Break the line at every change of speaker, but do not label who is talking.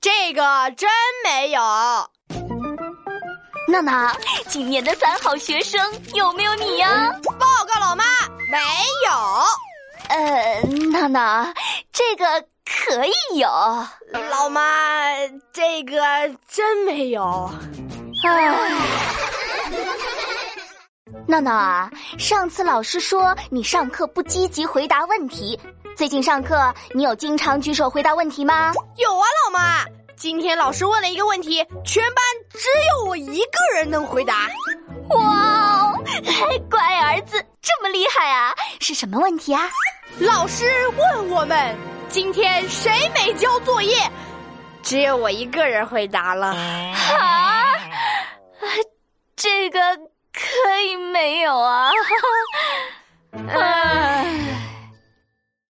这个真没有。
娜娜，今年的三好学生有没有你呀、
报告老妈，没有。
呃，娜娜，这个可以有。
老妈，这个真没有。
唉，娜娜啊，上次老师说你上课不积极回答问题，最近上课你有经常举手回答问题吗？
有啊，老妈，今天老师问了一个问题，全班只有我一个人能回答。
哇哦，乖儿子，这么厉害啊！是什么问题啊？
老师问我们今天谁没交作业，只有我一个人回答了。
啊， 这个可以没有啊？
唉